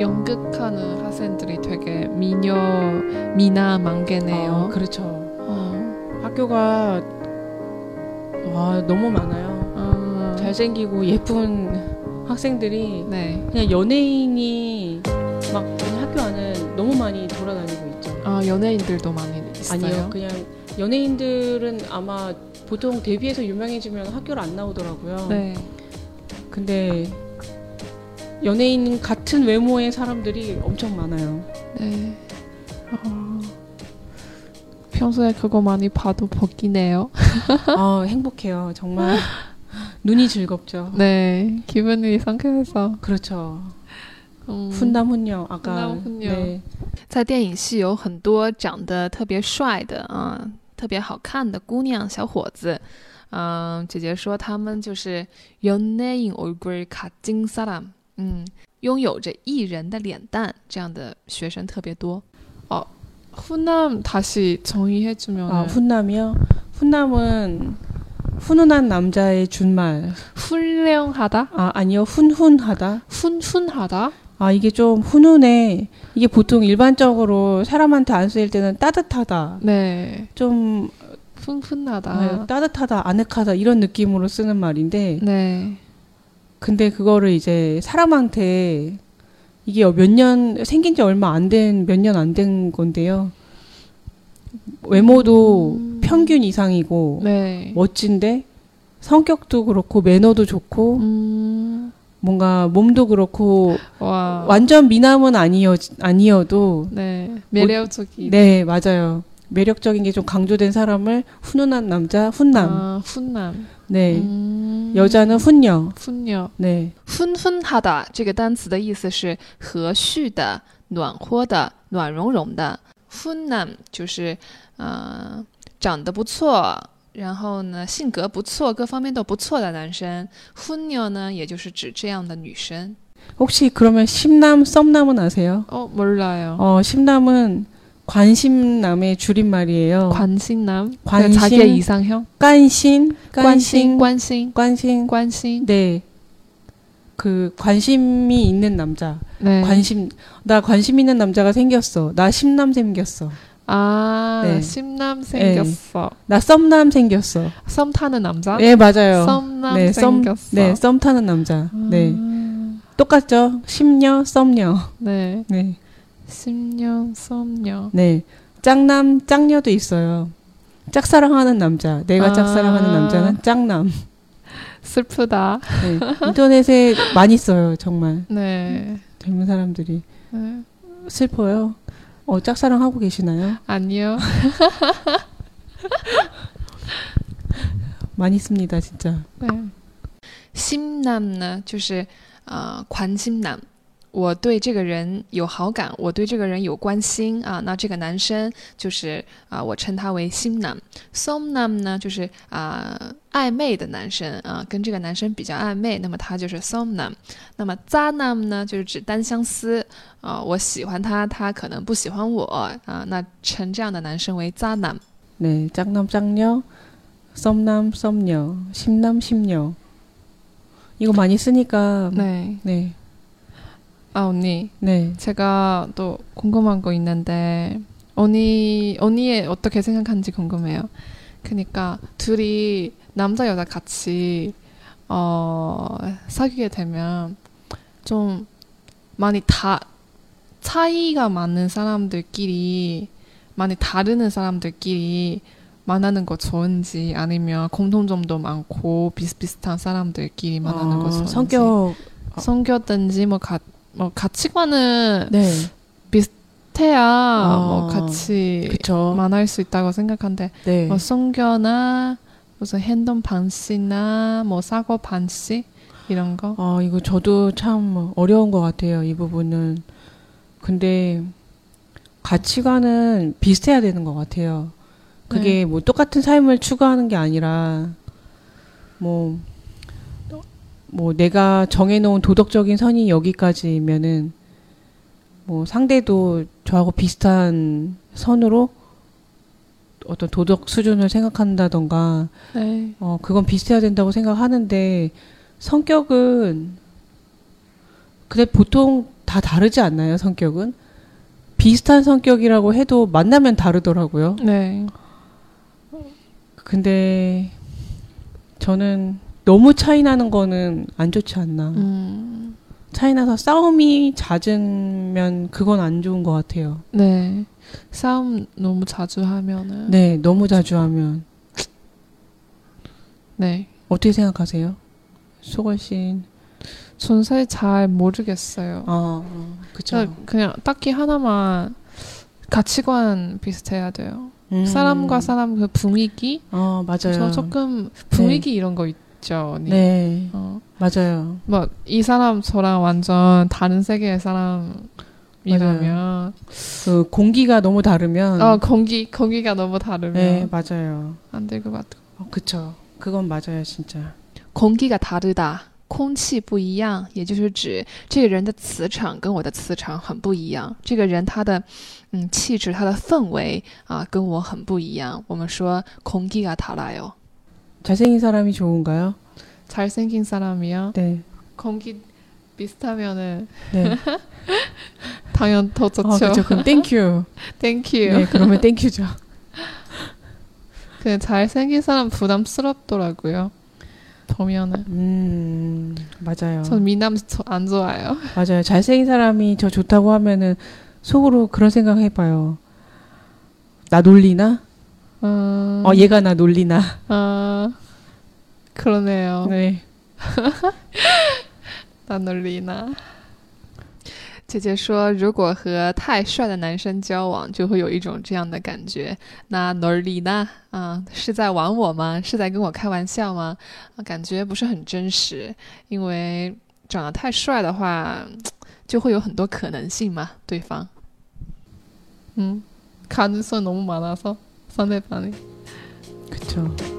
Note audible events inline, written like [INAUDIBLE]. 연극하는 학생들이 되게 미녀 미나 아, 만개네요. 그렇죠. 어. 학교가 와 너무 많아요. 음. 아, 잘생기고 예쁜 학생들이 네. 그냥 연예인이 막 그냥 학교 안에 너무 많이 돌아다니고 있죠. 아 연예인들도 많이 있어요. 아니요, 그냥 연예인들은 아마 보통 데뷔해서 유명해지면 학교를 안 나오더라고요. 네. 근데 연예인 같은 외모의 사람들이 엄청 [LAUGHS] 많아요. 네. 어, 평소에 그거 많이 봐도 벗기네요. 아 행복해요, 정말 눈이 즐겁죠. 네. 기분이 상쾌해서. 그렇죠. 음. 훈남훈녀 아까 훈남훈녀. 네. 在电影系有很多长得特别帅的啊、特别好看的姑娘小伙子。嗯，姐姐说他们就是연예인얼굴같은사람，嗯，拥有着艺人的脸蛋，这样的学生特别多。 훈남 다시 정의해주면 아 훈남이요? 훈남은 훈훈한 남자의 준말. 훌륭하다, 아 아니요 훈훈하다. 훈훈하다. 아 이게 좀 훈훈해. 이게 보통 일반적으로 사람한테 안 쓰일 때는 따뜻하다. 네. 좀 네, 아, 훈훈하다. 따뜻하다, 아늑하다 이런 느낌으로 쓰는 말인데 네. 근데 그거를 이제 사람한테 이게 몇 년 생긴 지 얼마 안 된 몇 년 안 된 건데요. 외모도 음. 평균 이상이고 네. 멋진데 성격도 그렇고 매너도 좋고 음. 뭔가 몸도 그렇고 와. 완전 미남은 아니어 아니어도 네. 매력적이. 네 맞아요 매력적인 게 좀 강조된 사람을 훈훈한 남자 훈남 아, 훈남. 네 음. 여자는 훈녀 훈녀. 네 훈훈하다这个单词的意思是和煦的、暖和的、暖融融的。훈남就是呃长得不错，然后呢性格不错，各方面都不错的男生。훈녀呢也就是指这样的女生。 혹시 그러면 심남 썸남은 아세요? 어, 몰라요. 어 심남은 관심남의 줄임말이에요. 관심남. 관심. 네, 자기의 이상형. 관심 관심, 관심 관심, 관심 관심. 네그 그 관심이 있는 남자 네. 관심 나 관심 있는 남자가 생겼어 나 심남 생겼어 아, 네. 심남 생겼어. 나 썸남 생겼어 썸 타는 남자? 네 맞아요 썸남 음. 네, 썸- 생겼어. 네 썸 타는 남자 네 똑같죠 심녀 썸녀 [LAUGHS] 네. 네네 심령, 썸녀. 짝남 짝녀도 있어요 짝사랑하는 남자 내가 아. 짝사랑하는 남자는 짝남 슬프다. 네, [LAUGHS] 인터넷에 많이 써요 정말 네. 젊은 사람들이 네. 슬퍼요 어 짝사랑 하고 계시나요 아니요. 많이 씁니다 진짜 네. 心男呢就是呃관심男。我对这个人有好感，我对这个人有关心啊。那这个男生就是啊、我称他为心男。som nam 呢，就是啊、暧昧的男生啊，跟这个男生比较暧昧，那么他就是 som nam。那么 za nam 呢，就是指单相思啊，我喜欢他，他可能不喜欢我啊，那称这样的男生为 za nam。 네, 짝남 짝녀, 썸남 썸녀, 심남 심녀. 이거 많이 쓰니까 네. 네, 아, 언니. 네. 제가 또 궁금한 거 있는데 언니 언니의 어떻게 생각하는지 궁금해요. 그러니까 둘이 남자 여자 같이 어, 사귀게 되면 좀 많이 다 차이가 많은 사람들끼리 많이 다르는 사람들끼리 만나는 거 좋은지 아니면 공통점도 많고 비슷비슷한 사람들끼리 네, 만나는 거 어, 좋은지 성격 성격든지 뭐, 가, 뭐 가치관은 네, 태야 어, 뭐 같이 예. 그쵸. 만날 수 있다고 생각한데 네, 뭐 성격이나 무슨 행동 방식이나 뭐 사고 방식 이런 거 어, 이거 저도 참 어려운 것 같아요. 이 부분은. 근데 가치관은 비슷해야 되는 것 같아요. 그게 뭐 똑같은 삶을 추구하는 게 아니라 뭐. 뭐 내가 정해놓은 도덕적인 선이 여기까지면은 뭐 상대도 저하고 비슷한 선으로 어떤 도덕 수준을 생각한다던가 네. 어, 그건 비슷해야 된다고 생각하는데 성격은 근데 보통 다 다르지 않나요, 성격은? 비슷한 성격이라고 해도 만나면 다르더라고요. 네. 근데 저는 너무 차이 나는 거는 안 좋지 않나. 음, 차이 나서 싸움이 잦으면 그건 안 좋은 것 같아요. 네. 싸움 너무 자주 하면은 네. 네, 너무 자주 하면 네. 어떻게 생각하세요? 소걸 씨, 전 사실 잘 모르겠어요. 아, 어, 저 그쵸. 그냥 딱히 하나만 가치관 비슷해야 돼요. 음. 그러니까 사람과 사람 그 분위기 어, 저 맞아요. 조금 분위기 이런 거 있죠. 언니. 네, 어. 맞아요. 막 뭐, 이 사람 저랑 완전 다른 세계의 사람이라면 그 공기가 너무 다르면, 어 공기 공기가 너무 다르면 음. 네, 맞아요. 안 될 것 같고 어, 그쵸. 그건 맞아요, 진짜. 空气가다르다，空气不一样，也就是指这个人的磁场跟我的磁场很不一样。这个人他的嗯气质、他的氛围啊，跟我很不一样。我们说空气啊가다라요。 잘생긴 사람이 좋은가요? 잘생긴 사람이야 네, 공기 비슷하면은 [LAUGHS] 네. 당연 더 어, 좋죠. 그쵸. 그럼 땡큐. [LAUGHS] Thank you. 네, 그러면 [LAUGHS] 땡큐죠. 그 잘생긴 사람 부담스럽더라고요. 보면은 음, 맞아요. 전 미남 저- 안 좋아요. 맞아요. 잘생긴 사람이 저 좋다고 하면은 속으로 그런 생각 해봐요. 나 놀리나? 음, 어, 얘가 나 놀리나? 아, 그러네요. 네. 나 놀리나. 姐姐说，如果和太帅的男生交往，就会有一种这样的感觉。那 n o r i n a 啊，是在玩我吗？是在跟我开玩笑吗？啊感觉不是很真实，因为长得太帅的话，就会有很多可能性嘛，对方。 음, 가능성 너무 많아서 상대방이. 그쵸.